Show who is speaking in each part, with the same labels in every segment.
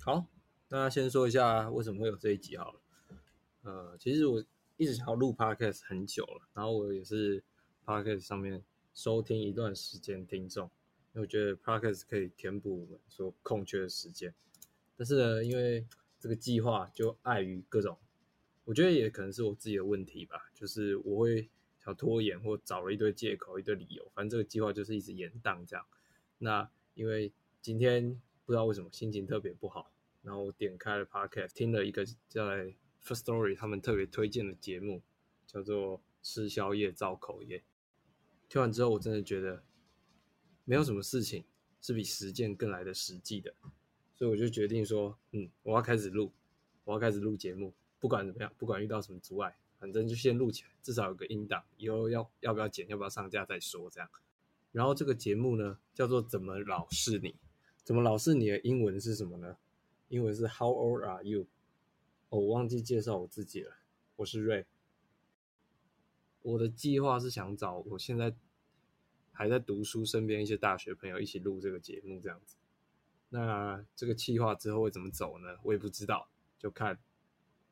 Speaker 1: 好，那先说一下为什么会有这一集好了。呃，其实我一直想要录 podcast 很久了，然后我也是 podcast 上面收听一段时间听众，因为我觉得 podcast 可以填补我们所空缺的时间。但是呢，因为这个计划就碍于各种，我觉得也可能是我自己的问题吧，就是我会想拖延或找了一堆借口、一堆理由，反正这个计划就是一直延宕这样。那因为今天不知道为什么心情特别不好，然后我点开了 Podcast，听了一个在 First Story 他们特别推荐的节目，叫做《吃宵夜造口业》。听完之后，我真的觉得没有什么事情是比实践更来的实际的，所以我就决定说，嗯，我要开始录，我要开始录节目，不管怎么样，不管遇到什么阻碍，反正就先录起来，至少有个音档，以后要要不要剪，要不要上架再说，这样。然后这个节目呢叫做《怎么老是你》，怎么老是你的英文是什么呢？英文是 How old are you？哦，我忘记介绍我自己了，我是瑞。我的计划是想找我现在还在读书，身边一些大学朋友一起录这个节目，这样子。那这个计划之后会怎么走呢？我也不知道，就看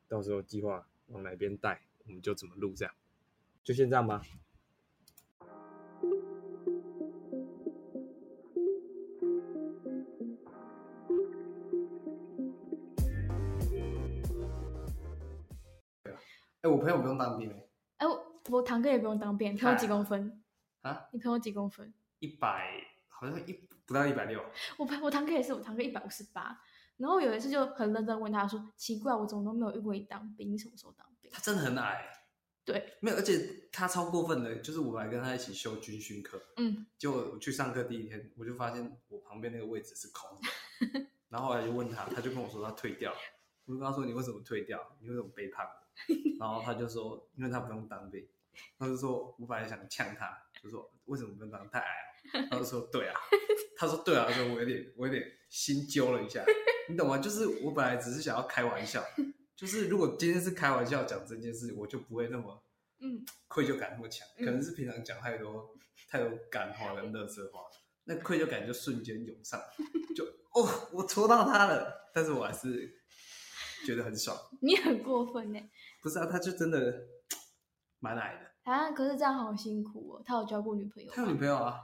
Speaker 1: 到时候计划往哪边带，我们就怎么录，这样就先这样吧。
Speaker 2: 哎、我朋友不用当兵哎、
Speaker 3: 哎、我我堂哥也不用当兵，你朋友几公分？
Speaker 2: 啊，
Speaker 3: 你朋友几公分？
Speaker 2: 一百好像一不到一百六，
Speaker 3: 我朋我堂哥也是，我堂哥一百五十八。然后有一次就很认真问他说：“奇怪，我怎么都没有遇过你当兵，你什么时候当兵
Speaker 2: 他真的很矮。
Speaker 3: 对，
Speaker 2: 没有，而且他超过分的，就是我本来跟他一起修军训课，？”
Speaker 3: 嗯，
Speaker 2: 结果我去上课第一天，我就发现我旁边那个位置是空的，然后后来就问他，他就跟我说他退掉，我就跟他说你为什么退掉？你为什么背叛我？然后他就说因为他不用当兵，他就说我本来想呛他，就说为什么不用当太矮了？他就说对啊，他说对啊，他说我有点我有点心揪了一下，你懂吗？就是我本来只是想要开玩笑，就是如果今天是开玩笑讲这件事，我就不会那么
Speaker 3: 嗯
Speaker 2: 愧疚感那么强，可
Speaker 3: 嗯
Speaker 2: 能是平常讲太多、太多干话跟乐色话，那愧疚感就瞬间涌上，就 哦，我戳到他了，但是我还是觉得很爽。
Speaker 3: 你很过分呢、
Speaker 2: 不是啊，他就真的蛮矮的，
Speaker 3: 啊，可是这样好辛苦哦。他有交过女朋友吗？
Speaker 2: 他有女朋友啊，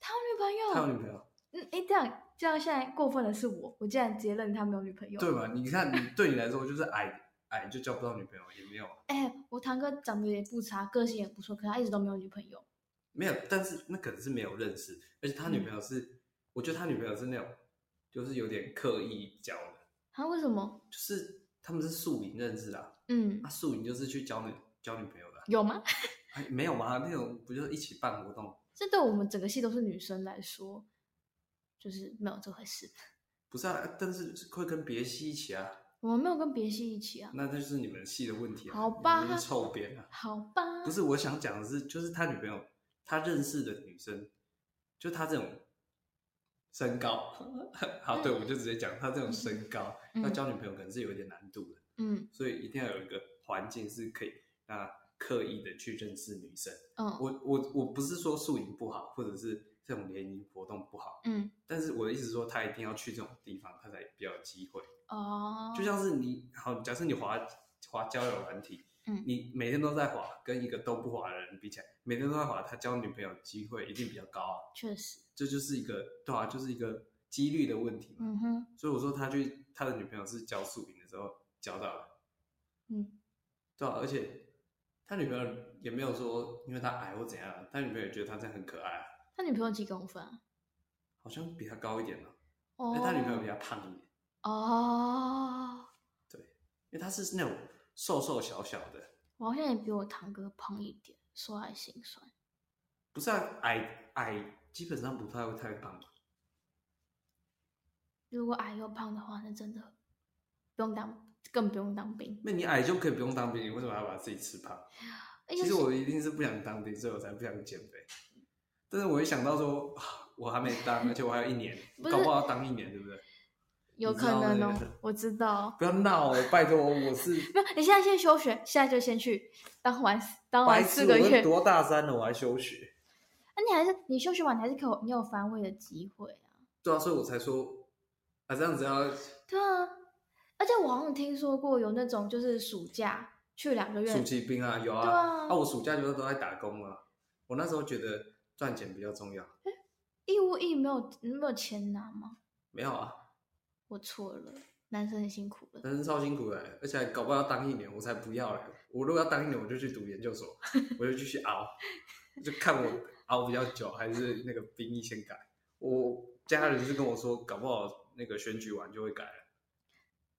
Speaker 3: 他有女
Speaker 2: 他有
Speaker 3: 朋友？
Speaker 2: 女朋友，
Speaker 3: 嗯，哎、这样这样现在过分的是我，我竟然直接认他没有女朋友。
Speaker 2: 对吧？你看，你对你来说就是矮，矮就交不到女朋友，也没有啊，
Speaker 3: 哎、我堂哥长得也不差，个性也不错，可他一直都没有女朋友。
Speaker 2: 没有。但是那可能是没有认识，而且他女朋友是，
Speaker 3: 嗯
Speaker 2: 我觉得他女朋友是那种，就是有点刻意交的，
Speaker 3: 他、啊为什么？
Speaker 2: 就是他们是宿营认识的啊、
Speaker 3: 嗯
Speaker 2: 那，宿营就是去交女交女朋友的啊、
Speaker 3: 有吗？
Speaker 2: 哎，没有吗？那种不就是一起办活动？
Speaker 3: 这对我们整个系都是女生来说，就是没有这回事。
Speaker 2: 不是啊，但是会跟别系一起啊，
Speaker 3: 我们没有跟别系一起啊。
Speaker 2: 那就是你们系的问题啊，
Speaker 3: 好吧
Speaker 2: 你们是臭编啊。
Speaker 3: 好吧，
Speaker 2: 不是，我想讲的是，就是他女朋友，他认识的女生，就他这种身高， 好，对，我就直接讲他这种身高，
Speaker 3: 嗯
Speaker 2: 要交女朋友可能是有一点难度的，
Speaker 3: 嗯
Speaker 2: 所以一定要有一个环境是可以让他刻意的去认识女生。
Speaker 3: 嗯
Speaker 2: 我我我不是说宿营不好，或者是这种联谊活动不好，
Speaker 3: 嗯
Speaker 2: 但是我的意思是说，他一定要去这种地方，他才比较有机会。
Speaker 3: 哦，
Speaker 2: 就像是你好，假设你滑滑交友软体，
Speaker 3: 嗯
Speaker 2: 你每天都在滑，跟一个都不滑的人比起来，每天都在滑，他交女朋友机会一定比较高啊。
Speaker 3: 确实，
Speaker 2: 这就是一个对啊，就是一个几率的问题嘛。
Speaker 3: 嗯哼
Speaker 2: 所以我说他去他的女朋友是交宿营的时候交到的，
Speaker 3: 嗯
Speaker 2: 对啊，而且他女朋友也没有说因为他矮或怎样啊，他女朋友也觉得他这样很可爱啊，
Speaker 3: 他女朋友几公分啊？
Speaker 2: 好像比他高一点呢、
Speaker 3: 哦，
Speaker 2: 但他女朋友比他胖一点。
Speaker 3: 哦，
Speaker 2: 因为他是那种瘦瘦小小的，
Speaker 3: 我好像也比我堂哥胖一点，说来心酸。
Speaker 2: 不是啊，矮矮基本上不太会太胖吧？
Speaker 3: 如果矮又胖的话，那真的不用当，更不用当兵。
Speaker 2: 那你矮就可以不用当兵，你为什么还要把自己吃胖？
Speaker 3: 哎
Speaker 2: 其实
Speaker 3: 就是
Speaker 2: 我一定是不想当兵，所以我才不想减肥。但是我一想到说，啊我还没当，而且我还有一年，
Speaker 3: 不是
Speaker 2: 搞不好要当一年，对不对？
Speaker 3: 有
Speaker 2: 你
Speaker 3: 可
Speaker 2: 知道
Speaker 3: 能
Speaker 2: 那
Speaker 3: 哦
Speaker 2: 个，
Speaker 3: 我知道。
Speaker 2: 不要闹了，拜托，我是
Speaker 3: 没有，你现在先休学，现在就先去当完当
Speaker 2: 白
Speaker 3: 完
Speaker 2: 痴，
Speaker 3: 四
Speaker 2: 我
Speaker 3: 个月
Speaker 2: 都，多大三了，我还休学？
Speaker 3: 那、你还是你休学完，你还是可以有你有翻位的机会啊。
Speaker 2: 对啊，所以我才说啊，这样子要
Speaker 3: 对啊，而且我好像听说过有那种就是暑假去两个月，
Speaker 2: 暑期兵啊，有
Speaker 3: 对
Speaker 2: 啊，
Speaker 3: 啊
Speaker 2: 我暑假就是都在打工啊。我那时候觉得赚钱比较重要，
Speaker 3: 义务役没有没有钱拿吗？
Speaker 2: 没有啊，
Speaker 3: 我错了，男生很辛苦了。
Speaker 2: 但是超辛苦的、而且还搞不好要当一年，我才不要嘞！我如果要当一年，我就去读研究所，我就继续熬， 就看我熬比较久，还是那个兵役先改。我家人是跟我说，搞不好那个选举完就会改了，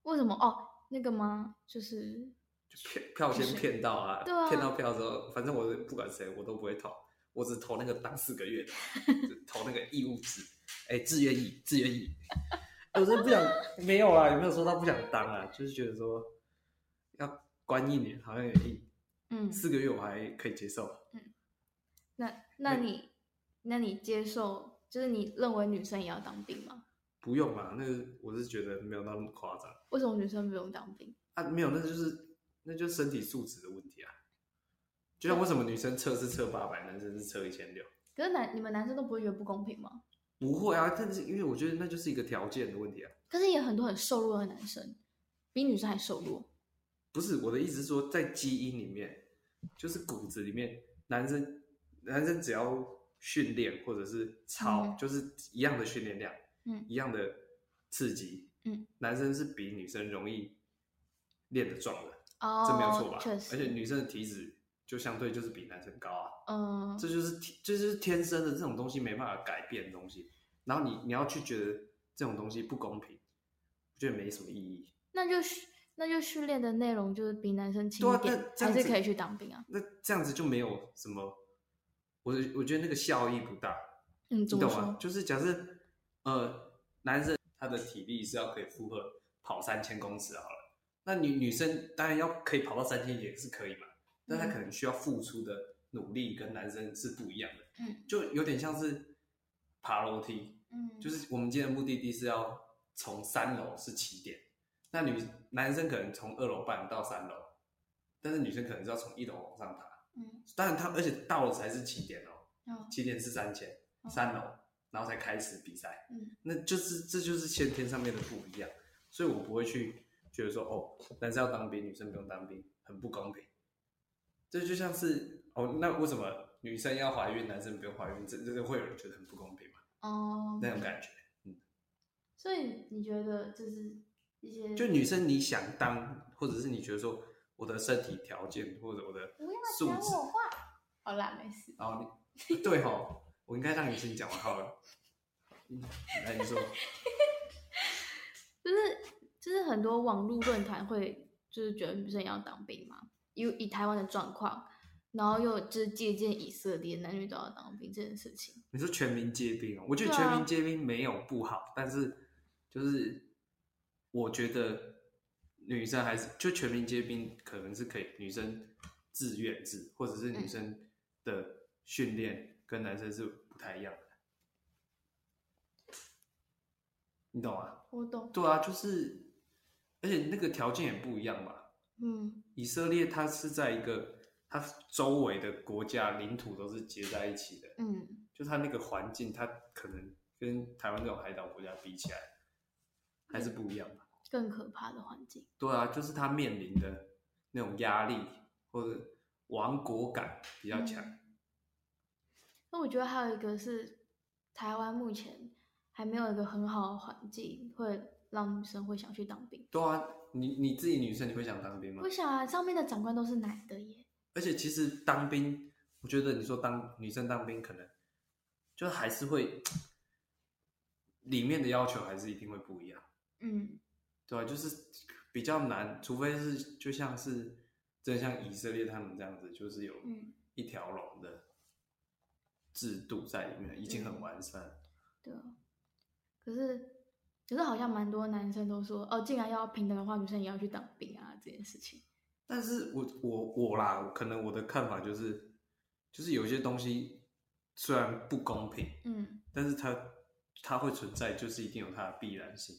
Speaker 3: 为什么？哦，那个吗？就是
Speaker 2: 就骗票先骗到啊，
Speaker 3: 对啊
Speaker 2: 骗到票之后，反正我不管谁我都不会投，我只投那个当四个月的，只投那个义务制，哎、志愿役，志愿役。哎我真的不想，没有啊，也没有说他不想当啊，就是觉得说要关一年好像也硬。
Speaker 3: 嗯，
Speaker 2: 四个月我还可以接受，
Speaker 3: 那那
Speaker 2: 对
Speaker 3: 你那你接受，就是你认为女生也要当兵吗？
Speaker 2: 不用啦，那个我是觉得没有到那么夸张
Speaker 3: 为什么女生不用当兵？
Speaker 2: 啊，没有，那就是那就是身体素质的问题啊。就像为什么女生测是测八百，男生是测一千六？
Speaker 3: 可是男你们男生都不会觉得不公平吗？
Speaker 2: 不会啊，但是因为我觉得那就是一个条件的问题啊。
Speaker 3: 可是也有很多很瘦弱的男生，比女生还瘦弱。
Speaker 2: 不是我的意思是说，在基因里面，就是骨子里面，男生男生只要训练或者是操，
Speaker 3: 嗯
Speaker 2: 就是一样的训练量，
Speaker 3: 嗯
Speaker 2: 一样的刺激，
Speaker 3: 嗯，
Speaker 2: 男生是比女生容易练得壮的。
Speaker 3: 哦，
Speaker 2: 这没有错吧？
Speaker 3: 确实，
Speaker 2: 而且女生的体脂就相对就是比男生高啊，
Speaker 3: 嗯，
Speaker 2: 这就是天这就是天生的这种东西没办法改变的东西。然后你你要去觉得这种东西不公平，我觉得没什么意义。
Speaker 3: 那就训那就训练的内容就是比男生轻
Speaker 2: 对
Speaker 3: 一
Speaker 2: 啊
Speaker 3: 点，
Speaker 2: 那这
Speaker 3: 还
Speaker 2: 样
Speaker 3: 是
Speaker 2: 子
Speaker 3: 可以去当兵啊。
Speaker 2: 那这样子就没有什么，我的我觉得那个效益不大，
Speaker 3: 嗯，
Speaker 2: 你
Speaker 3: 怎么
Speaker 2: 懂啊吗
Speaker 3: 说？？
Speaker 2: 就是假设呃男生他的体力是要可以负荷跑三千公尺好了，那女女生当然要可以跑到三千也是可以嘛，但她
Speaker 3: 嗯
Speaker 2: 可能需要付出的努力跟男生是不一样的。
Speaker 3: 嗯
Speaker 2: 就有点像是爬楼梯，
Speaker 3: 嗯，
Speaker 2: 就是我们今天的目的地是要从三楼是起点，那女男生可能从二楼半到三楼，但是女生可能是要从一楼往上爬。
Speaker 3: 嗯
Speaker 2: 当然他，而且到了才是起点哦，
Speaker 3: 嗯
Speaker 2: 起点是三千
Speaker 3: 嗯
Speaker 2: 三楼，然后才开始比赛。
Speaker 3: 嗯，
Speaker 2: 那就是这就是先天上面的不一样，所以我不会去觉得说哦，男生要当兵，女生不用当兵，很不公平。这就像是哦，那为什么女生要怀孕，男生不用怀孕？这这这会有人觉得很不公平嘛？
Speaker 3: 哦，
Speaker 2: 那种感觉，
Speaker 3: 所以你觉得就是一些
Speaker 2: 就女生你想当，或者是你觉得说我的身体条件或者我的
Speaker 3: 不要
Speaker 2: 素
Speaker 3: 讲
Speaker 2: 质，
Speaker 3: 我话，好啦，没事。
Speaker 2: 然后哦你 对吼，我应该让你先讲完好了。嗯来，你说，
Speaker 3: 就是就是很多网络论坛会就是觉得女生也要当兵嘛，以以台湾的状况，然后又就是借鉴以色列男女都要当兵这件事情。
Speaker 2: 你说全民皆兵哦，我觉得
Speaker 3: 对
Speaker 2: 全
Speaker 3: 啊
Speaker 2: 民皆兵没有不好，但是就是我觉得女生还是就全民皆兵可能是可以女生自愿制，或者是女
Speaker 3: 嗯
Speaker 2: 生的训练跟男生是不太一样的，你懂吗？
Speaker 3: 我懂，
Speaker 2: 对啊，就是而且那个条件也不一样嘛，
Speaker 3: 嗯
Speaker 2: 以色列它是在一个它周围的国家领土都是接在一起的，
Speaker 3: 嗯
Speaker 2: 就它那个环境，它可能跟台湾这种海岛国家比起来，还是不一样吧。
Speaker 3: 更可怕的环境。
Speaker 2: 对啊，就是它面临的那种压力或者亡国感比较强。
Speaker 3: 嗯那我觉得还有一个是台湾目前还没有一个很好的环境，会让女生会想去当兵。
Speaker 2: 对啊，你你自己女生你会想当兵吗
Speaker 3: 我？想啊，上面的长官都是男的耶，
Speaker 2: 而且其实当兵，我觉得你说当女生当兵可能就还是会里面的要求还是一定会不一样。
Speaker 3: 嗯
Speaker 2: 对啊，就是比较难，除非是就像是真的像以色列他们这样子，就是有
Speaker 3: 嗯，
Speaker 2: 一条龙的制度在里面，已经很完善。
Speaker 3: 对啊。可是可是好像蛮多男生都说，哦，既然要平等的话，女生也要去当兵啊这件事情。
Speaker 2: 但是我我我啦，可能我的看法就是，就是有些东西虽然不公平，
Speaker 3: 嗯，
Speaker 2: 但是它它会存在，就是一定有它的必然性。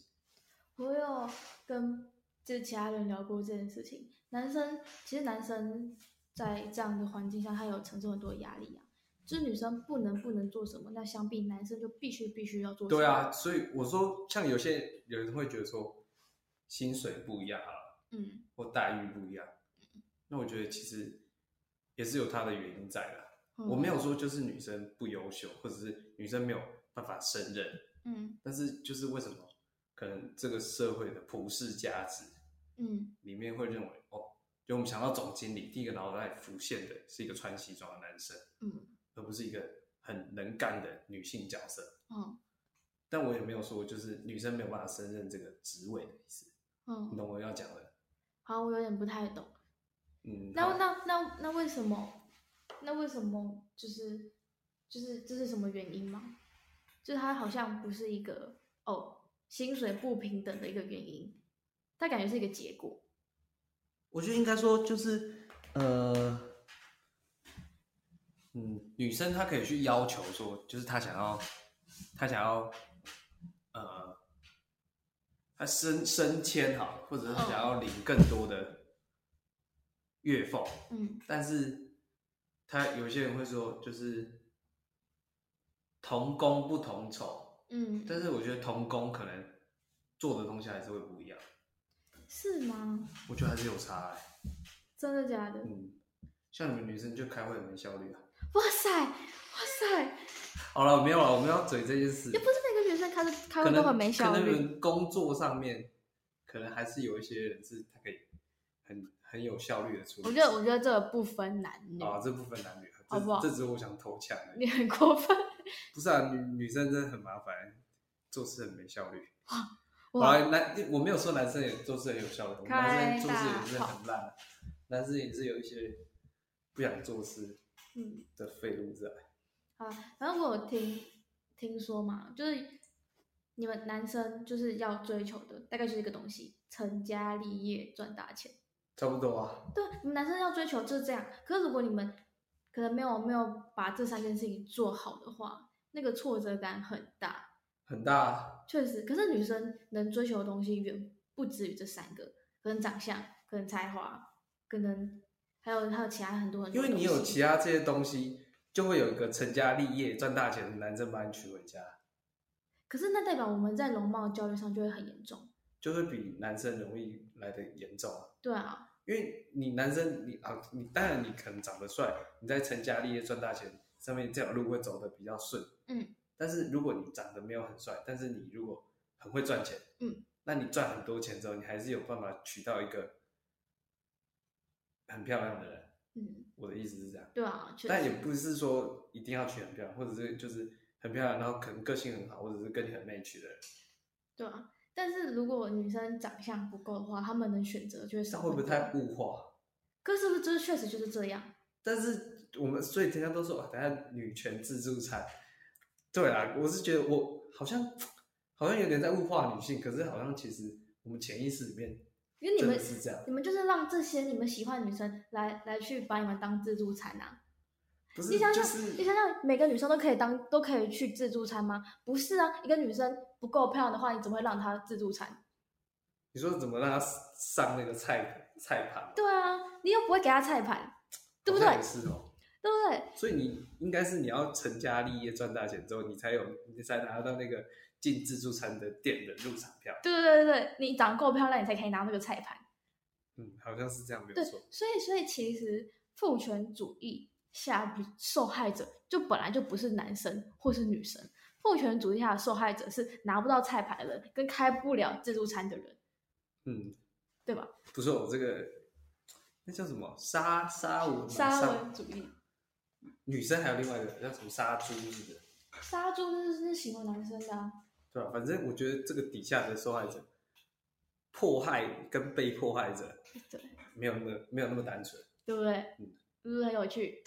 Speaker 3: 我有跟就是其他人聊过这件事情，男生其实男生在这样的环境下，他有承受很多压力啊，就是女生不能不能做什么，那相比男生就必须必须要做什么。
Speaker 2: 对啊，，所以我说，像有些有人会觉得说，薪水不一样啊，
Speaker 3: 嗯，
Speaker 2: 或待遇不一样，那我觉得其实也是有它的原因在的。
Speaker 3: 嗯
Speaker 2: 我没有，说就是女生不优秀，或者是女生没有办法胜任，
Speaker 3: 嗯
Speaker 2: 但是就是为什么可能这个社会的普世价值
Speaker 3: 嗯
Speaker 2: 里面会认为哦，就我们想到总经理，第一个脑袋浮现的是一个穿西装的男生，
Speaker 3: 嗯
Speaker 2: 而不是一个很能干的女性角色。
Speaker 3: 嗯
Speaker 2: 但我也没有说就是女生没有办法胜任这个职位的意思，你
Speaker 3: 嗯，
Speaker 2: 懂我要讲的？
Speaker 3: 好，我有点不太懂。
Speaker 2: 嗯，
Speaker 3: 那
Speaker 2: 好
Speaker 3: 那那那为什么？那为什么就是就是这是什么原因吗？就是它好像不是一个哦薪水不平等的一个原因，它感觉是一个结果。
Speaker 2: 我觉得应该说就是呃，嗯，女生她可以去要求说，就是她想要，她想要，呃，她升升迁好了，或者是她想要领更多的月俸，
Speaker 3: 嗯
Speaker 2: 但是她有些人会说就是同工不同酬，
Speaker 3: 嗯，
Speaker 2: 但是我觉得同工可能做的东西还是会不一样，
Speaker 3: 是吗？
Speaker 2: 我觉得还是有差、欸。
Speaker 3: 真的假的？
Speaker 2: 嗯，像你们女生就开会很没效率啊。
Speaker 3: 哇塞哇塞！
Speaker 2: 好了，没有了，我们要嘴这件事
Speaker 3: 也。不是每个女生开的开
Speaker 2: 可
Speaker 3: 会
Speaker 2: 能
Speaker 3: 都很没效
Speaker 2: 可能你
Speaker 3: 率。
Speaker 2: 们工作上面，可能还是有一些人是他可以很很有效率的处理。
Speaker 3: 我觉得我觉得这个不分男女，
Speaker 2: 啊，这部分男女啊，这
Speaker 3: 好不好
Speaker 2: 这只是我想投降的。
Speaker 3: 你很过 分。
Speaker 2: 不是啊，女女生真的很麻烦，做事很没效率。好
Speaker 3: 哇
Speaker 2: 啦，男我没有说男生也做事很有效率，我们男生做事也是很烂啊，男生也是有一些不想做事
Speaker 3: 嗯。
Speaker 2: 的废物在。
Speaker 3: 啊，反正我有听听说嘛，就是你们男生就是要追求的，大概就是一个东西，成家立业、赚大钱。
Speaker 2: 差不多啊，
Speaker 3: 对，你们男生要追求就是这样。可是如果你们可能没有没有把这三件事情做好的话，那个挫折感很大，
Speaker 2: 很大、啊，
Speaker 3: 确实。可是女生能追求的东西远不止于这三个，可能长相，可能才华，可能还有还有其他很多很
Speaker 2: 因
Speaker 3: 多
Speaker 2: 为你有
Speaker 3: 东西
Speaker 2: 其他这些东西，就会有一个成家立业、赚大钱的男生把你娶回家，
Speaker 3: 可是那代表我们在容貌焦虑上就会很严重。
Speaker 2: 就会比男生容易来的严重啊。
Speaker 3: 对啊，
Speaker 2: 因为你男生，你啊，你当然你可能长得帅，你在成家立业、赚大钱上面这条路会走的比较顺，
Speaker 3: 嗯。
Speaker 2: 但是如果你长得没有很帅，但是你如果很会赚钱，
Speaker 3: 嗯，
Speaker 2: 那你赚很多钱之后，你还是有办法娶到一个很漂亮的人。
Speaker 3: 嗯，
Speaker 2: 我的意思是这样。
Speaker 3: 对啊，确
Speaker 2: 但也
Speaker 3: 实，
Speaker 2: 不是说一定要娶很漂亮，或者是就是很漂亮，然后可能个性很好，或者是跟你很 match 的人，
Speaker 3: 对啊。但是如果女生长相不够的话，她们能选择就会
Speaker 2: 这
Speaker 3: 少
Speaker 2: 样
Speaker 3: 很
Speaker 2: 会
Speaker 3: 多。
Speaker 2: 不会太啊物化？
Speaker 3: 可是不是就是确实就是这样？
Speaker 2: 但是我们所以人家都说，啊、等下女权自助餐。对啦，我是觉得我好像好像有点在物化女性，可是好像其实我们潜意识里面
Speaker 3: 因为你
Speaker 2: 真
Speaker 3: 们
Speaker 2: 的是这样，
Speaker 3: 你们就是让这些你们喜欢的女生来来去把你们当自助餐啊！
Speaker 2: 不是
Speaker 3: 你想
Speaker 2: 就
Speaker 3: 想，
Speaker 2: 是
Speaker 3: 你想想，每个女生都可以当都可以去自助餐吗？不是啊，一个女生不够漂亮的话，你怎么会让她自助餐？
Speaker 2: 你说怎么让他上那个菜菜盘，
Speaker 3: 对啊，你又不会给她菜盘，对不对
Speaker 2: 好像也是哦。
Speaker 3: 对不对？
Speaker 2: 所以你应该是你要成家立业赚大钱之后，你才有你才拿到那个进自助餐的店的入场票。
Speaker 3: 对对对对对，你长够漂亮，你才可以拿那个菜盘。
Speaker 2: 嗯，好像是这样，没有
Speaker 3: 对，
Speaker 2: 错。
Speaker 3: 所以所以其实父权主义下比受害者就本来就不是男生或是女生，父权主义下的受害者是拿不到菜牌的人，跟开不了自助餐的人，
Speaker 2: 嗯，
Speaker 3: 对吧？
Speaker 2: 不错，我这个那叫什么沙沙文吗？
Speaker 3: 沙文主义，
Speaker 2: 女生还有另外一个叫什么杀猪是的，
Speaker 3: 杀猪就是是喜欢男生的、啊，
Speaker 2: 对吧？反正我觉得这个底下的受害者、迫害跟被迫害者
Speaker 3: 对
Speaker 2: 没有那么没有那么单纯，
Speaker 3: 对不对
Speaker 2: 嗯？
Speaker 3: 是不是很有趣？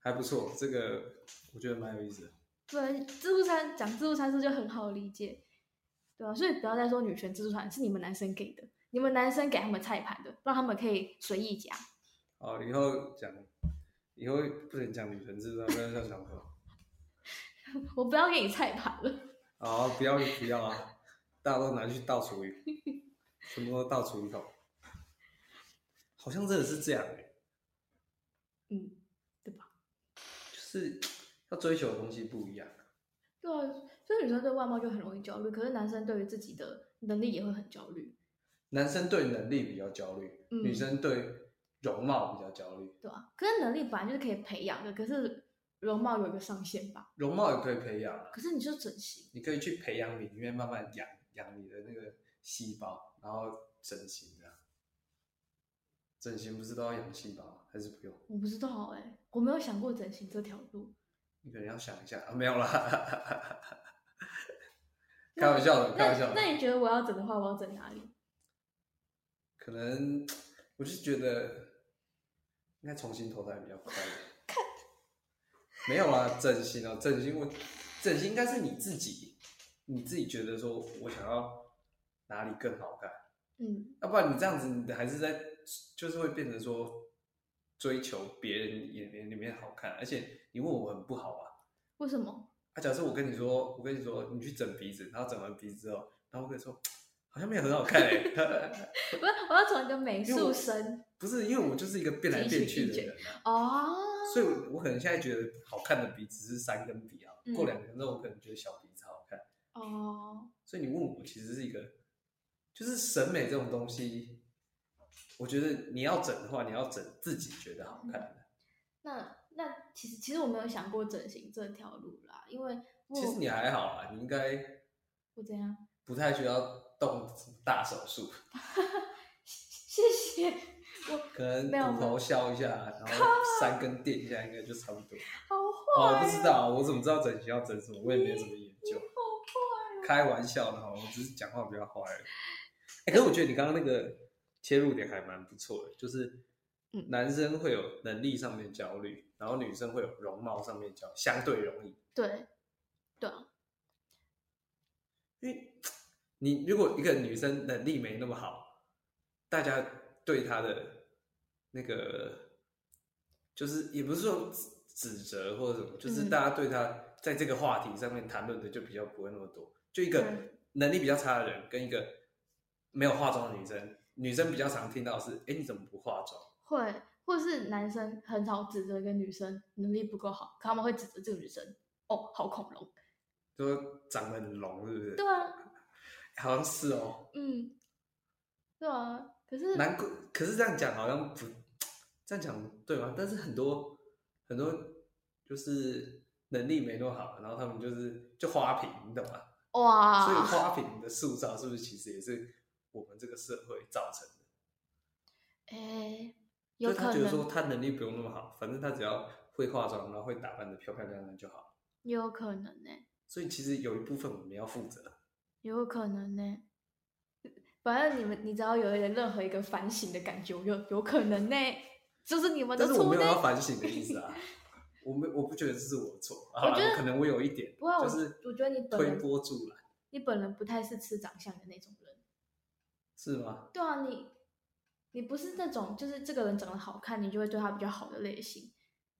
Speaker 2: 还不错。这个我觉得蛮有意思的。
Speaker 3: 不然自助餐讲自助餐是就很好理解，对吧、所以不要再说女权自助餐是你们男生给的，你们男生给他们菜盘的，让他们可以随意夹。
Speaker 2: 哦，以后讲，以后不能讲女生自助餐，不能叫小朋友。
Speaker 3: 我不要给你菜盘了。
Speaker 2: 好，哦不要就不要啊，大家都拿去倒厨余，全部都倒厨余桶。欸好像真的是这样哎、
Speaker 3: 嗯，
Speaker 2: 就是他追求的东西不一样。
Speaker 3: 对啊，所以女生对外貌就很容易焦虑，可是男生对于自己的能力也会很焦虑，
Speaker 2: 男生对能力比较焦虑，
Speaker 3: 嗯
Speaker 2: 女生对容貌比较焦虑。
Speaker 3: 对啊？可是能力本来就是可以培养的，可是容貌有一个上限吧？
Speaker 2: 容貌也可以培养，
Speaker 3: 可是你就整形，
Speaker 2: 你可以去培养你，里面慢慢养养你的那个细胞，然后整形的。整形不是都要养细胞吗？还是不用？
Speaker 3: 我不知道哎、我没有想过整形这条路。
Speaker 2: 你可能要想一下啊，没有啦，
Speaker 3: 那
Speaker 2: 开玩笑的，开玩笑
Speaker 3: 那
Speaker 2: 的。
Speaker 3: 那你觉得我要整的话，我要整哪里？
Speaker 2: 可能我就觉得应该重新投胎比较快。没有啦，整形哦，整形我整形应该是你自己，你自己觉得说我想要哪里更好看，
Speaker 3: 嗯，
Speaker 2: 要不然你这样子，你还是在就是会变成说追求别人眼里里面好看，而且你问我很不好啊。
Speaker 3: 为什么？
Speaker 2: 啊，假设我跟你说，我跟你说，你去整鼻子，然后整完鼻子之后，然后我跟你说，好像没有很好看哎、
Speaker 3: 不是，我要从一个美
Speaker 2: 因为我
Speaker 3: 术生
Speaker 2: 不是因为我就是一个变来变去的人啊、
Speaker 3: 哦，
Speaker 2: 所以我我可能现在觉得好看的鼻子是三根鼻啊
Speaker 3: 嗯，
Speaker 2: 过两年之后我可能觉得小鼻子好看。
Speaker 3: 哦，
Speaker 2: 所以你问我，其实是一个，就是审美这种东西，我觉得你要整的话，你要整自己觉得好看的。
Speaker 3: 那那其实其实我没有想过整形这条路啦，因为我
Speaker 2: 其实你还好啊，你应该
Speaker 3: 我怎样？
Speaker 2: 不太需要动什么大手术，
Speaker 3: 谢谢，我
Speaker 2: 可能
Speaker 3: 没有
Speaker 2: 骨头削一下，然后三根电一下，应该就差不多。
Speaker 3: 好
Speaker 2: 哦，
Speaker 3: 坏啊
Speaker 2: 不知道，我怎么知道整形要整什么？我也没怎么研究。
Speaker 3: 啊
Speaker 2: 开玩笑的哈，我只是讲话比较坏而已。哎、可是我觉得你刚刚那个切入点还蛮不错的，就是
Speaker 3: 嗯
Speaker 2: 男生会有能力上面焦虑，然后女生会有容貌上面焦，相对容易。
Speaker 3: 对对啊，
Speaker 2: 因为你如果一个女生能力没那么好，大家对她的那个就是也不是说指指责或者什么，就是
Speaker 3: 嗯
Speaker 2: 大家对她在这个话题上面谈论的就比较不会那么多。就一个
Speaker 3: 嗯
Speaker 2: 能力比较差的人跟一个没有化妆的女生，女生比较常听到的是：哎，你怎么不化妆？
Speaker 3: 会或者是男生很少指责一个女生能力不够好，可他们会指责这个女生哦，好恐龙。
Speaker 2: 就说长得很聋，是不是
Speaker 3: 对？啊，
Speaker 2: 好像是哦，
Speaker 3: 嗯，对啊，可是
Speaker 2: 难怪。可是这样讲好像不这样讲对吗？但是很多很多就是能力没那么好，然后他们就是就花瓶，你懂吗？所以
Speaker 3: 哇，
Speaker 2: 花瓶的塑造是不是其实也是我们这个社会造成的？
Speaker 3: 哎、
Speaker 2: 就
Speaker 3: 有
Speaker 2: 是他
Speaker 3: 可
Speaker 2: 觉得说
Speaker 3: 能，
Speaker 2: 他能力不用那么好，反正他只要会化妆，然后会打扮的漂漂亮亮就好。
Speaker 3: 也有可能呢、
Speaker 2: 所以其实有一部分我们要负责。
Speaker 3: 也有可能呢、反正你们，你只要有一点任何一个反省的感觉，我有有可能呢、就是你们
Speaker 2: 但
Speaker 3: 的
Speaker 2: 是我
Speaker 3: 错
Speaker 2: 没有
Speaker 3: 呢、
Speaker 2: 要反省的意思啊，我没我不觉得这是我的错，好啦
Speaker 3: 我觉得
Speaker 2: 可能我有一点，
Speaker 3: 不会我
Speaker 2: 就是
Speaker 3: 我觉得你本
Speaker 2: 推
Speaker 3: 人
Speaker 2: 波助澜
Speaker 3: 你本人不太是吃长相的那种人。
Speaker 2: 是吗？
Speaker 3: 对啊，你你不是那种就是这个人长得好看，你就会对他比较好的类型。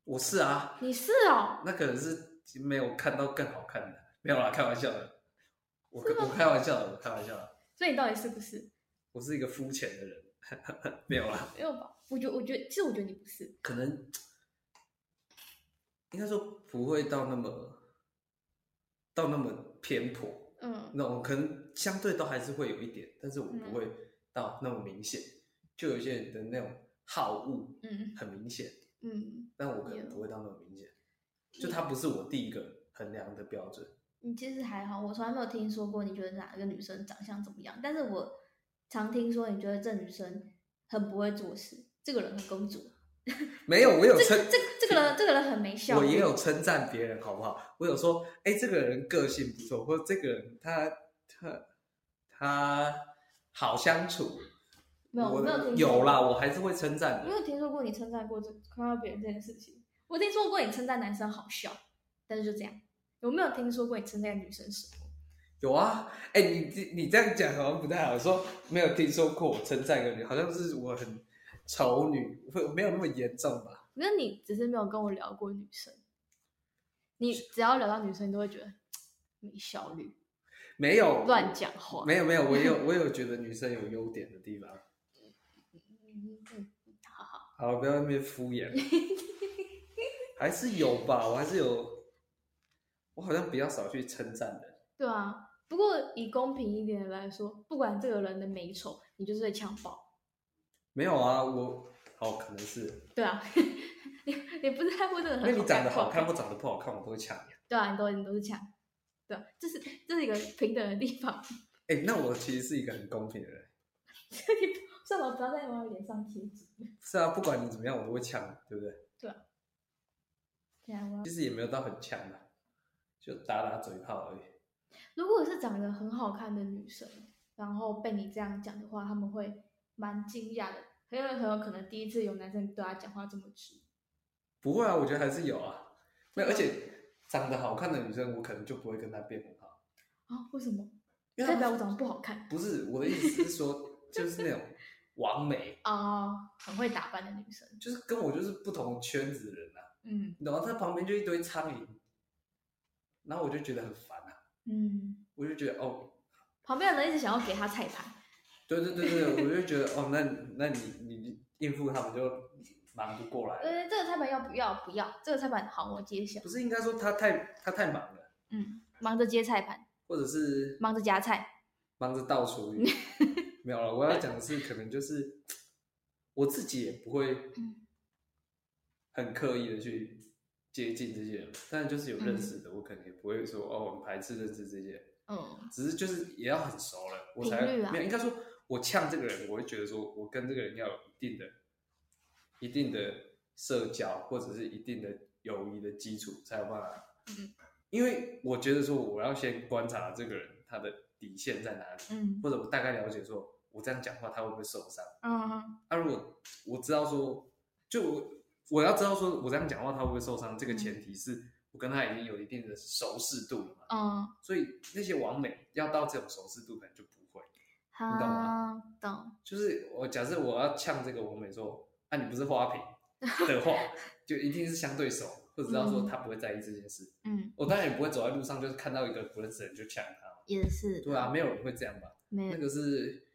Speaker 2: 我是啊，
Speaker 3: 你是哦，
Speaker 2: 那可能是没有看到更好看的，没有啦，开玩笑的，我
Speaker 3: 是吗
Speaker 2: 我开玩笑的，我开玩笑的，
Speaker 3: 所以你到底是不是？
Speaker 2: 我是一个肤浅的人， 没有啦，
Speaker 3: 没有吧？我觉得，我觉得，其实我觉得你不是。
Speaker 2: 可能应该说不会到那么到那么偏颇，
Speaker 3: 嗯，
Speaker 2: 那我可能相对都还是会有一点，但是我不会到那么明显。就有一些人的那种好恶
Speaker 3: 嗯
Speaker 2: 很明显，
Speaker 3: 嗯，
Speaker 2: 但我可能不会到那么明显。就它不是我第一个衡量的标准。
Speaker 3: 你其实还好，我从来没有听说过你觉得哪个女生长相怎么样，但是我常听说你觉得这女生很不会做事，这个人很公主，
Speaker 2: 没有，我有
Speaker 3: 这
Speaker 2: 称
Speaker 3: 个，这个这个人这个人很没效
Speaker 2: 我
Speaker 3: 率，
Speaker 2: 也有称赞别人，好不好？我有说，哎、这个人个性不错，或者这个人他他他好相处。
Speaker 3: 没有
Speaker 2: 我
Speaker 3: 没有听说
Speaker 2: 有
Speaker 3: 过
Speaker 2: 啦，我还是会称赞
Speaker 3: 我
Speaker 2: 的
Speaker 3: 没。有听说过你称赞过这夸耀别人这件事情，我听说过你称赞男生好笑，但是就这样，我没有听说过你称赞女生什
Speaker 2: 哦
Speaker 3: 么。
Speaker 2: 有啊，哎、你这你这样讲好像不太好，说没有听说过我称赞一个女，好像是我很丑女，会没有那么严重吧？
Speaker 3: 可是你只是没有跟我聊过女生，你只要聊到女生，你都会觉
Speaker 4: 嗯
Speaker 3: 得没效率，
Speaker 2: 没有
Speaker 3: 乱，讲话。
Speaker 2: 没有没有，我有我有觉得女生有优点的地方。
Speaker 3: 嗯嗯嗯好好，
Speaker 2: 好，不要在那边敷衍，还是有吧，我还是有我好像比较少去称赞人。
Speaker 4: 对啊，不过以公平一点的来说，不管这个人的美丑，你就是会强暴。
Speaker 2: 没有啊，我哦，可能是
Speaker 4: 对啊， 你你不在乎这个人
Speaker 2: 因
Speaker 4: 很
Speaker 2: 为你长得好看
Speaker 4: 不
Speaker 2: 或长得不好看，我都会抢你啊。
Speaker 4: 对啊，你都你都是强，对、啊，这是这是一个平等的地方，
Speaker 2: 哎，那我其实是一个很公平的人。
Speaker 4: 算了，不要再往我脸上贴纸。
Speaker 2: 是啊，不管你怎么样，我都会抢，对不对？
Speaker 4: 对啊，我要
Speaker 2: 其实也没有到很强的，就打打嘴炮而已。
Speaker 4: 如果是长得很好看的女生，然后被你这样讲的话，他们会蛮惊讶的，很有很有可能第一次有男生对她讲话这么直。
Speaker 2: 不会啊，我觉得还是有啊。没有，而且长得好看的女生，我可能就不会跟她变很好，
Speaker 4: 啊？为什么？
Speaker 2: 因为
Speaker 4: 代
Speaker 2: 她
Speaker 4: 表我长得不好看
Speaker 2: 不是我的意思是说，就是那种完美，
Speaker 4: 啊、很会打扮的女生，
Speaker 2: 就是跟我就是不同圈子的人啊。
Speaker 4: 嗯
Speaker 2: 然后她旁边就一堆苍蝇，然后我就觉得很烦啊，
Speaker 4: 嗯，
Speaker 2: 我就觉得哦，
Speaker 4: 旁边的人一直想要给她彩排，
Speaker 2: 对对对对，我就觉得哦，那那你你应付他们就忙不过来，
Speaker 4: 呃，这个彩排要不要？不要，这个彩排好，我揭晓
Speaker 2: 不。是应该说他太他太忙了，
Speaker 4: 嗯，忙着接菜盘，
Speaker 2: 或者是
Speaker 4: 忙着夹菜，
Speaker 2: 忙着倒厨 余。没有了，我要讲的是，可能就是我自己也不会
Speaker 4: 嗯
Speaker 2: 很刻意的去接近这些人，但就是有认识的，我可能也不会说哦，很排斥认识这些人，
Speaker 4: 嗯
Speaker 2: 只是就是也要很熟了，我才
Speaker 4: 频率啊
Speaker 2: 没有应该说，我呛这个人，我会觉得说我跟这个人要有一定的、一定的社交或者是一定的友谊的基础，才有办法。
Speaker 4: 嗯，
Speaker 2: 因为我觉得说我要先观察这个人他的底线在哪里，
Speaker 4: 嗯
Speaker 2: 或者我大概了解说，我这样讲话他会不会受伤？
Speaker 4: 嗯
Speaker 2: 那、如果我知道说，就我我要知道说我这样讲话他会不会受伤，这个
Speaker 4: 嗯
Speaker 2: 前提是我跟他已经有一定的熟识度了嘛。
Speaker 4: 嗯，
Speaker 2: 所以那些网美要到这种熟识度，可能就不会。
Speaker 4: 好、
Speaker 2: 懂吗
Speaker 4: 啊懂
Speaker 2: 就是我假设我要呛这个网美说，啊你不是花瓶的 话，就一定是相对熟，或者知道说
Speaker 4: 嗯
Speaker 2: 他不会在意这件事。
Speaker 4: 嗯，
Speaker 2: 我当然也不会走在路上就是看到一个不认识的人就呛他。
Speaker 4: 也是，
Speaker 2: 对啊，没有人会这样吧？
Speaker 4: 没
Speaker 2: 那个是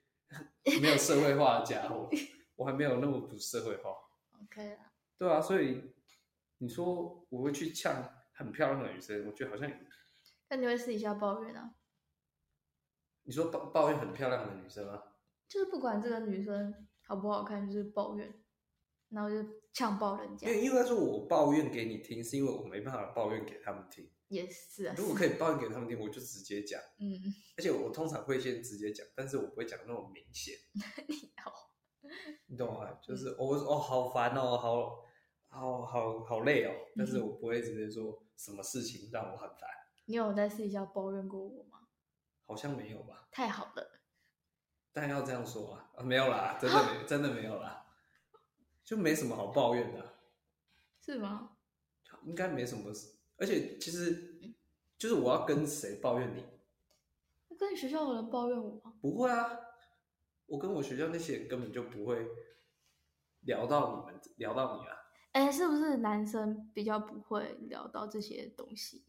Speaker 2: 没有社会化的家伙，我还没有那么不社会化。
Speaker 4: OK 了，
Speaker 2: 对啊，所以你说我会去呛很漂亮的女生，我觉得好像也
Speaker 4: 那你会私底下抱怨啊？
Speaker 2: 你说抱抱怨很漂亮的女生啊，
Speaker 4: 就是不管这个女生好不好看，就是抱怨，然后就呛爆人家
Speaker 2: 因，为应该说我抱怨给你听，是因为我没办法抱怨给他们听。
Speaker 4: 也是啊，
Speaker 2: 如果
Speaker 4: 是
Speaker 2: 可以抱怨给他们听，我就直接讲，
Speaker 4: 嗯，
Speaker 2: 而且我通常会先直接讲，但是我不会讲那种明显，
Speaker 4: 好，
Speaker 2: 你懂吗？就是、哦我说哦好烦哦，好好好好累哦，但是
Speaker 4: 嗯
Speaker 2: 我不会直接说什么事情让我很烦，
Speaker 4: 你有在私底下抱怨过我吗？
Speaker 2: 好像没有吧？
Speaker 4: 太好了，
Speaker 2: 但要这样说啊，啊没有啦，真的没真的没有啦，就没什么好抱怨的啊、
Speaker 4: 是吗？
Speaker 2: 应该没什么事。而且其实就是我要跟谁抱怨你？
Speaker 4: 那跟你学校有人抱怨我吗？
Speaker 2: 不会啊，我跟我学校那些人根本就不会聊到你们，聊到你啊。
Speaker 4: 哎，是不是男生比较不会聊到这些东西？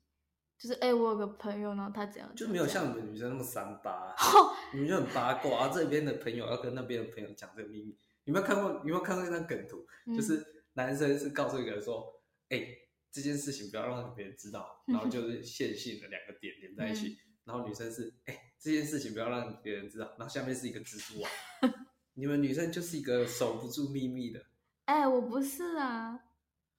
Speaker 4: 就是哎，我有个朋友，然后他怎样，
Speaker 2: 就
Speaker 4: 怎样
Speaker 2: 没有
Speaker 4: 怎样
Speaker 2: 像你们女生那么三八、啊
Speaker 4: 哦
Speaker 2: 你们就很八卦啊。这边的朋友要跟那边的朋友讲这个秘密，你有没有看过？你有没有看过那张梗图？
Speaker 4: 嗯
Speaker 2: 就是男生是告诉一个人说：“哎、这件事情不要让别人知道。”然后就是线性的两个点连在一起。然后女生是：“哎、这件事情不要让别人知道。”然后下面是一个蜘蛛网。你们女生就是一个守不住秘密的，
Speaker 4: 哎，我不是啊，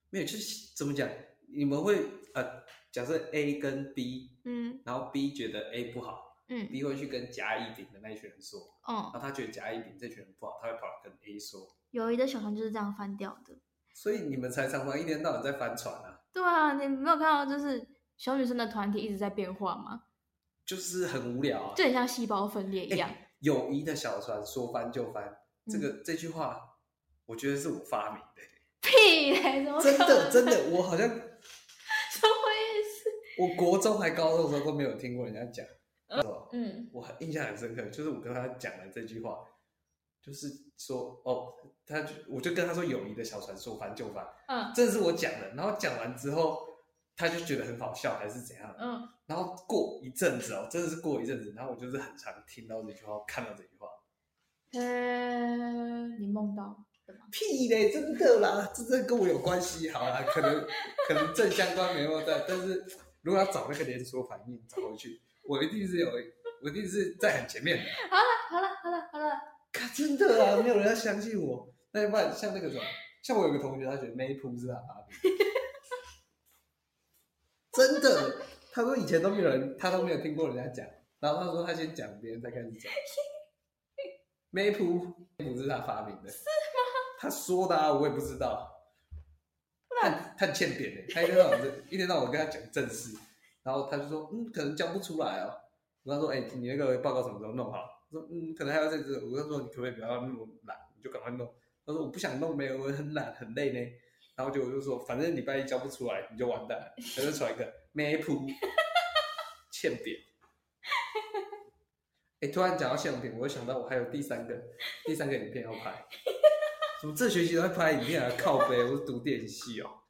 Speaker 2: 没有，就是怎么讲？你们会呃，假设 A 跟 B，
Speaker 4: 嗯
Speaker 2: 然后 B 觉得 A 不好
Speaker 4: 嗯
Speaker 2: ，B 会去跟甲乙丙的那一群人说。
Speaker 4: 哦，
Speaker 2: 那他觉得甲乙丙这群人不好，他会跑来跟 A 说，
Speaker 4: 友谊的小船就是这样翻掉的。
Speaker 2: 所以你们才常常一天到晚在翻船啊，
Speaker 4: 对啊，你没有看到就是小女生的团体一直在变化吗？
Speaker 2: 就是很无聊啊。
Speaker 4: 就很像细胞分裂一
Speaker 2: 哎
Speaker 4: 样。
Speaker 2: 友谊的小船说翻就翻，这个、这句话，我觉得是我发明的、
Speaker 4: 屁嘞，怎么
Speaker 2: 真
Speaker 4: 可
Speaker 2: 的
Speaker 4: 能
Speaker 2: 真的，我好像
Speaker 4: 什么意思？
Speaker 2: 我国中还高中的时候都没有听过人家讲，
Speaker 4: 嗯
Speaker 2: 我很印象很深刻，就是我跟他讲了这句话，就是说哦，他就我就跟他说友谊的小船说翻就翻，
Speaker 4: 嗯
Speaker 2: 这是我讲的，然后讲完之后，他就觉得很好笑还是怎样的，
Speaker 4: 嗯，
Speaker 2: 然后过一阵子哦，真的是过一阵子，然后我就是很常听到这句话，看到这句话，
Speaker 4: 呃，你梦到的吗？
Speaker 2: 屁嘞， 真的啦，这真的跟我有关系。好啦，可能可能正相关没有但但是如果要找那个连锁反应找回去，我一定是有，我一定是在很前面的。
Speaker 3: 好了好了好了，
Speaker 2: 看，真的啊，没有人要相信我。那要不然像那个什么，像我有个同学，他觉得 Maple 是他爸爸， 真的。他说以前都没有人，他都没有听过人家讲，然后他说他先讲，别人再开始讲。Maple 不是他发明的，是吗？他说的啊，我也不知道。他他很欠扁的，他一天到晚这一天到晚跟他讲正事，然后他就说嗯，可能讲不出来哦。我跟他说，哎、你那个报告什么时候弄好？他说嗯，可能还要再这，我跟他说你可不可以不要那么懒，你就赶快弄。他说我不想弄没有，我很懒很累呢。然后就我就说，反正礼拜一交不出来你就完蛋了。他就传一个 没谱，欠扁。哎、突然讲到相片，我又想到我还有第三个第三个影片要拍，怎么这学期都在拍影片啊？靠背，我是读电系哦。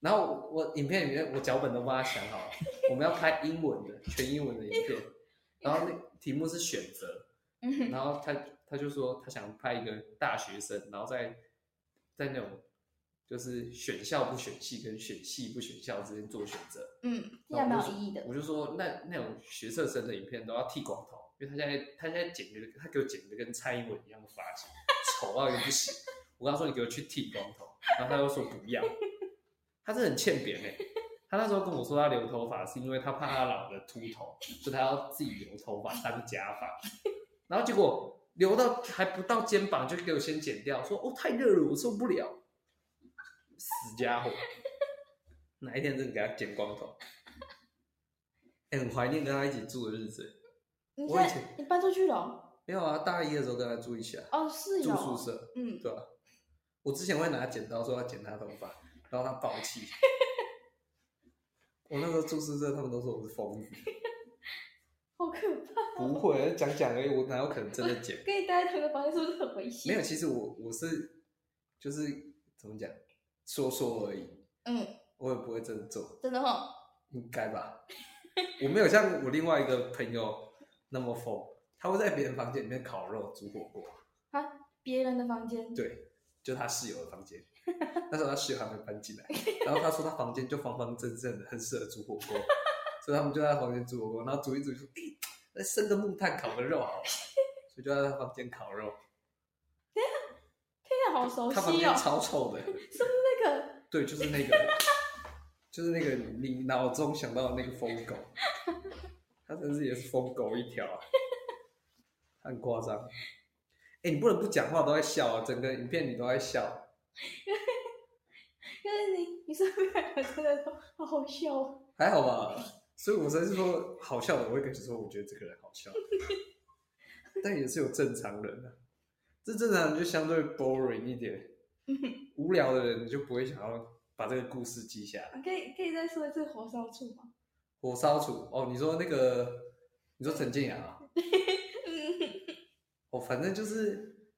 Speaker 2: 然后我我影片里面我脚本都帮他想好了，我们要拍英文的全英文的影片，然后那题目是选择，
Speaker 3: 嗯，
Speaker 2: 然后他他就说他想拍一个大学生，然后在在那种就是选校不选系跟选系不选校之间做选择。
Speaker 3: 嗯，这
Speaker 2: 然
Speaker 3: 样
Speaker 2: 后我
Speaker 3: 蛮有
Speaker 2: 就
Speaker 3: 意义的。
Speaker 2: 我就说那那种学测生的影片都要剃光头，因为他现在他现在剪的他给我剪的跟蔡英文一样的发型，丑到一个不行。我跟他说你给我去剃光头，然后他又说不要，他是很欠扁哎、他那时候跟我说他留头发是因为他怕他老了秃头，所以他要自己留头发当假发，然后结果留到还不到肩膀就给我先剪掉，说哦太热了我受不了，死家伙，哪一天真的给他剪光头？哎、很怀念跟他一起住的日子。
Speaker 3: 你
Speaker 2: 我以
Speaker 3: 看
Speaker 2: 前
Speaker 3: 你搬出去了哦？
Speaker 2: 没有啊，大一的时候跟他住一起啊，
Speaker 3: 哦，是
Speaker 2: 住
Speaker 3: 有
Speaker 2: 宿舍，
Speaker 3: 嗯，
Speaker 2: 对吧、我之前会拿剪刀说要剪他头发，然后他暴气。 我那时候住宿舍，他们都说我是疯子。
Speaker 3: 好可怕！
Speaker 2: 不会，讲讲而已，我哪有可能真的 剪？
Speaker 3: 跟你待在同一个房间是不是很危险？
Speaker 2: 没有，，其实我我是就是怎么讲，说说而已，
Speaker 3: 嗯，
Speaker 2: 我也不会真的做，
Speaker 3: 真的哦。
Speaker 2: 应该 吧？我没有像我另外一个朋友那么疯，他会在别人房间里面烤肉、煮火锅。
Speaker 3: 啊，别人的房间，
Speaker 2: 对，就他室友的房间。 那时候他室友还没搬进来，然后他说他房间就方方正正的，很适合煮火锅， 所以他们就在他房间煮火锅，然后煮一煮就说，哎、来生个木炭烤个肉好了，所以就在他房间烤肉。
Speaker 3: 天啊，好熟
Speaker 2: 他房
Speaker 3: 悉哦
Speaker 2: 间，超臭的，
Speaker 3: 那个
Speaker 2: 对，就是那个，就是那个你脑中想到的那个疯狗，他真是也是疯狗一条、啊，他很夸张。哎、你不能不讲话都在笑啊，整个影片你都在笑。
Speaker 3: 因为你你身边两个真的都好好笑哦。
Speaker 2: 还好吧，所以我才是说好笑的，我会跟你说，我觉得这个人好笑，但也是有正常人啊，这正常人就相对 boring 一点，无聊的人你就不会想要把这个故事记下来。
Speaker 3: 你可以可以再说一次火烧处吗？
Speaker 2: 火烧厨哦，你说那个，你说陈建阳 啊，
Speaker 3: 嗯，
Speaker 2: 哦，反正就是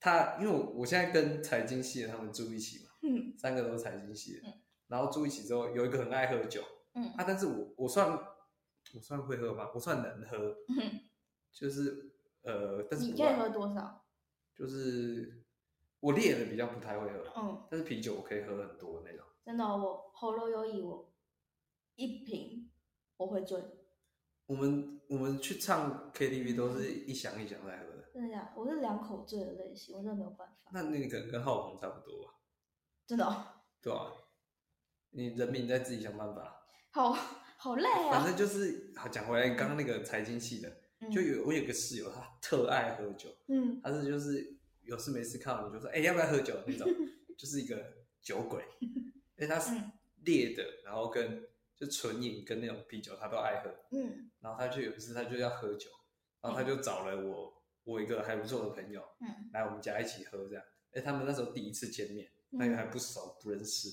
Speaker 2: 他，因为我我现在跟财经系的他们住一起嘛，
Speaker 3: 嗯，
Speaker 2: 三个都是财经系的，然后住一起之后，有一个很爱喝酒，
Speaker 3: 嗯
Speaker 2: 啊，但是我我算我算会喝吗？我算能喝，
Speaker 3: 嗯
Speaker 2: 就是呃，但是
Speaker 3: 你
Speaker 2: 不
Speaker 3: 可以
Speaker 2: 爱
Speaker 3: 喝多少？
Speaker 2: 就是我烈的比较不太会喝，
Speaker 3: 嗯，
Speaker 2: 但是啤酒我可以喝很多那种。
Speaker 3: 真的哦、我喉咙有瘾，我一瓶我会醉，
Speaker 2: 我们我们去唱 KTV 都是一箱一箱在喝的，
Speaker 3: 真的假的？我是两口醉的类型，我真的没有办法，
Speaker 2: 那那个可能跟浩鹏差不多吧，
Speaker 3: 真的哦、
Speaker 2: 对吧、你人民再自己想办法，
Speaker 3: 好好累
Speaker 2: 反
Speaker 3: 啊。
Speaker 2: 正就是好讲回来，刚刚那个财经系的，就有我有个室友，他特爱喝酒，
Speaker 3: 嗯
Speaker 2: 他是就是有事没事看到你就说，哎、要不要喝酒那种，就是一个酒鬼，因为他是
Speaker 3: 嗯
Speaker 2: 烈的，然后跟就纯饮跟那种啤酒他都爱喝，
Speaker 3: 嗯
Speaker 2: 然后他就有一次他就要喝酒，然后他就找了我我一个还不错的朋友
Speaker 3: 嗯
Speaker 2: 来我们家一起喝这样，哎、他们那时候第一次见面，那个还不熟不认识，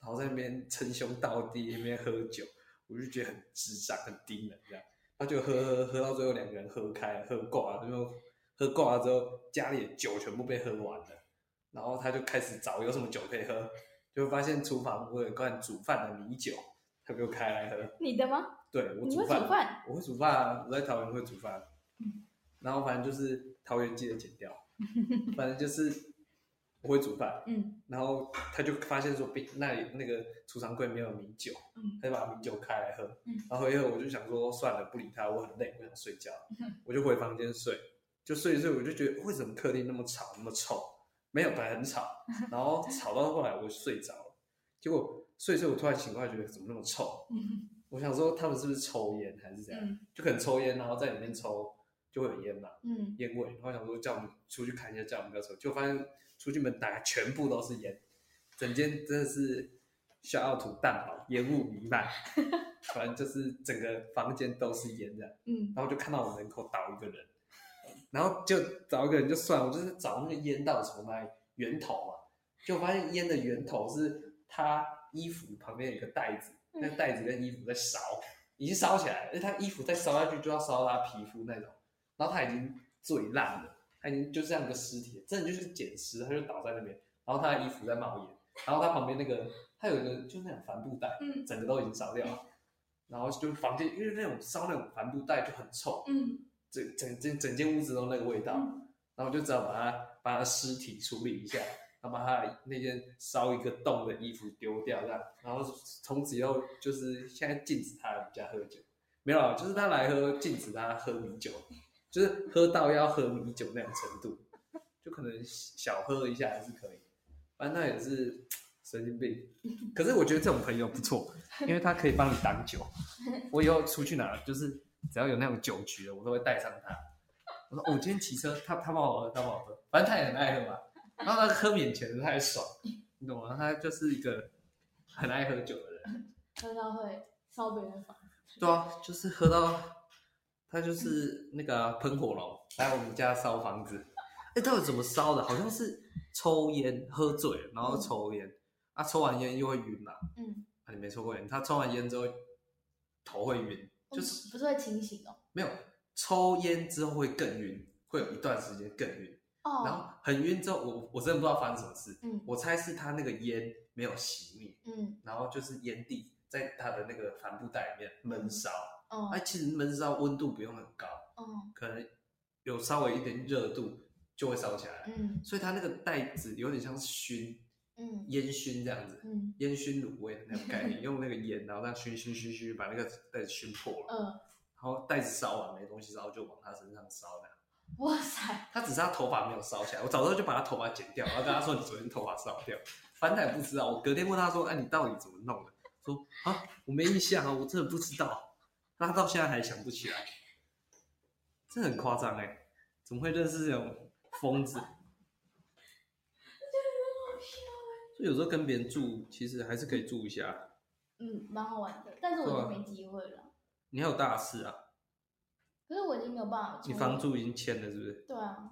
Speaker 2: 然后在那边称兄道弟那边喝酒，我就觉得很智障很低能这样，然后就喝喝喝到最后两个人喝开喝挂了，然后喝挂了之后家里的酒全部被喝完了，然后他就开始找有什么酒可以喝，就发现厨房我有一罐煮饭的米酒，他给我开来喝，
Speaker 3: 你的吗？
Speaker 2: 对我
Speaker 3: 你
Speaker 2: 煮
Speaker 3: 会
Speaker 2: 饭
Speaker 3: 煮饭？
Speaker 2: 我会煮饭啊，我在桃园会煮饭。
Speaker 3: 嗯
Speaker 2: 然后反正就是桃园记得剪掉，反正就是我会煮饭，
Speaker 3: 嗯
Speaker 2: 然后他就发现说冰那里那个储藏柜没有米酒，
Speaker 3: 嗯
Speaker 2: 他就把米酒开来喝，
Speaker 3: 嗯
Speaker 2: 然后一会儿我就想说算了，不理他，我很累，我想睡觉，
Speaker 3: 嗯
Speaker 2: 我就回房间睡，就睡一睡，我就觉得为什么客厅那么吵，那么臭？没有，本来很 吵，然后吵到后来我睡着了，结果睡一睡，我突然醒过来，觉得怎么那么臭？
Speaker 3: 嗯
Speaker 2: 我想说他们是不是抽烟还是怎样？
Speaker 3: 嗯
Speaker 2: 就可能抽烟，然后在里面抽就会有烟嘛，
Speaker 3: 嗯，
Speaker 2: 烟味，然后想说叫我们出去看一下，叫我们不要抽，就发现出去门打开全部都是烟，整间真的是小奥土蛋堡，烟雾弥漫，反正就是整个房间都是烟这样，
Speaker 3: 嗯
Speaker 2: 然后就看到我门口倒一个人，然后就找一个人就算了，我就是找那个烟到底从哪里源头嘛，就发现烟的源头是他衣服旁边有一个袋子，那个袋子跟衣服在烧，已经烧起来了，因为他衣服再烧下去就要烧到他皮肤那种，然后他已经最烂了，他已经就这样一个尸体，真的就是捡尸，他就倒在那边，然后他的衣服在冒烟，然后他旁边那个他有一个就是那种帆布袋，
Speaker 3: 嗯
Speaker 2: 整个都已经烧掉了，然后就房间因为那种烧那种帆布袋就很臭，
Speaker 3: 嗯
Speaker 2: 整整整整间屋子都那个味道，
Speaker 3: 嗯
Speaker 2: 然后就只好把它把它的尸体处理一下，然后把它那件烧一个洞的衣服丢掉，这样，然后从此以后就是现在禁止他来我们家喝酒，没有啊，就是他来喝禁止他喝米酒，就是喝到要喝米酒那种程度，就可能小喝一下还是可以，反正那也是神经病，可是我觉得这种朋友不错，因为他可以帮你挡酒。我以后出去哪，就是只要有那种酒局的，我都会带上他。我说、哦、我今天骑车，他他帮我喝，他帮我喝，反正他也很爱喝嘛。然后他喝免钱的，他还爽，你懂吗？他就是一个很爱喝酒的人。
Speaker 3: 喝到会烧别人房，
Speaker 2: 对啊，就是喝到他就是那个啊喷火龙来我们家烧房子。哎，到底怎么烧的？好像是抽烟喝醉了，然后抽烟，啊，抽完烟又会晕嘛、
Speaker 3: 嗯，
Speaker 2: 啊，你没抽过烟，他抽完烟之后头会晕，就是
Speaker 3: 嗯不是会清醒哦，
Speaker 2: 没有抽烟之后会更晕，会有一段时间更晕，然
Speaker 3: 哦，
Speaker 2: 后很晕之后，我我真的不知道发生什么事，
Speaker 3: 嗯
Speaker 2: 我猜是他那个烟没有熄灭，
Speaker 3: 嗯
Speaker 2: 然后就是烟蒂在他的那个帆布袋里面闷烧，
Speaker 3: 哦
Speaker 2: 哎、其实闷烧温度不用很高，
Speaker 3: 哦
Speaker 2: 可能有稍微一点热度就会烧起来，
Speaker 3: 嗯
Speaker 2: 所以他那个袋子有点像熏
Speaker 3: 嗯
Speaker 2: 烟熏这样子，
Speaker 3: 嗯
Speaker 2: 烟熏卤味的那种概念，用那个烟，然后这样熏熏熏熏，把那个袋子熏破了，
Speaker 3: 嗯，
Speaker 2: 然后袋子烧完没东西烧，就往他身上烧这样。
Speaker 3: 哇塞，
Speaker 2: 他只是他头发没有烧起来，我早知道就把他头发剪掉，然后跟他说你昨天头发烧掉，反正他也不知道。我隔天问他说，哎、你到底怎么弄的？说啊，我没印象啊，我真的不知道。那他到现在还想不起来，这很夸张哎，怎么会认识这种疯子？所以有时候跟别人住，其实还是可以住一下。
Speaker 3: 嗯，蛮好玩的，但是我
Speaker 2: 对啊
Speaker 3: 就没机会了，
Speaker 2: 你还有大四啊？
Speaker 3: 可是我已经没有办法，
Speaker 2: 你房，租已经签了是不是？
Speaker 3: 对啊，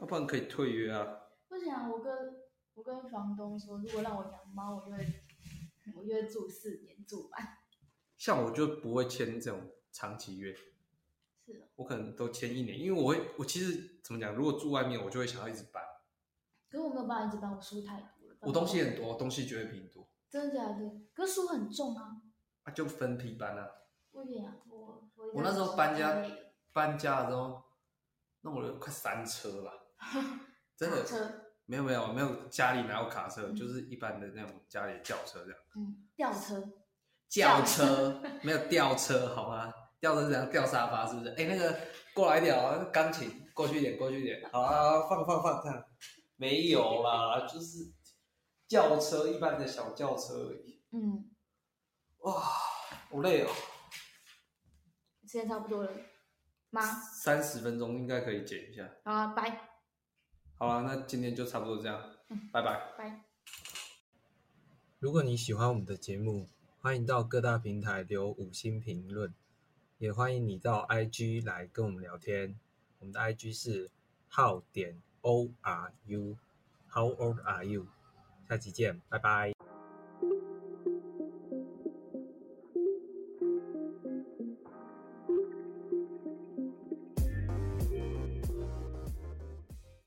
Speaker 2: 要不然可以退约啊。
Speaker 3: 不行啊，我跟我跟房东说，如果让我养猫，我就会我就会住四年住满。
Speaker 2: 像我就不会签这种长期约，
Speaker 3: 是哦，
Speaker 2: 我可能都签一年，因为我会，我其实怎么讲，如果住外面，我就会想要一直搬。
Speaker 3: 可是我没有办法一直搬，我书太多了。
Speaker 2: 我东西很多，东西绝对比你多，
Speaker 3: 真的假的？可是书很重啊，
Speaker 2: 啊，就分批搬啊。
Speaker 3: 不一定啊，我我
Speaker 2: 我那时候搬家，搬家的时候，弄了快三车 吧，真
Speaker 3: 卡
Speaker 2: 的
Speaker 3: 车，
Speaker 2: 没有没有没有，家里哪有卡车，
Speaker 3: 嗯
Speaker 2: 就是一般的那种家里轿车这样。
Speaker 3: 嗯，吊车，
Speaker 2: 轿车没有吊车好吗？吊车是怎样吊沙发是不是？哎、那个过来一点啊，钢琴过去一点，过去一点，好啊，放放放这样。没有啦，就是轿车一般的小轿车而已。
Speaker 3: 嗯，
Speaker 2: 哇，好累哦，
Speaker 3: 时间差不多了，妈，
Speaker 2: 三十分钟应该可以剪一下。
Speaker 3: 好啊，拜
Speaker 2: 好了，那今天就差不多这样，拜拜。
Speaker 3: 拜。
Speaker 1: 如果你喜欢我们的节目，欢迎到各大平台留五星评论，也欢迎你到 IG 来跟我们聊天。我们的 IG 是 how 点 o r u，How old are you？下期见，拜拜。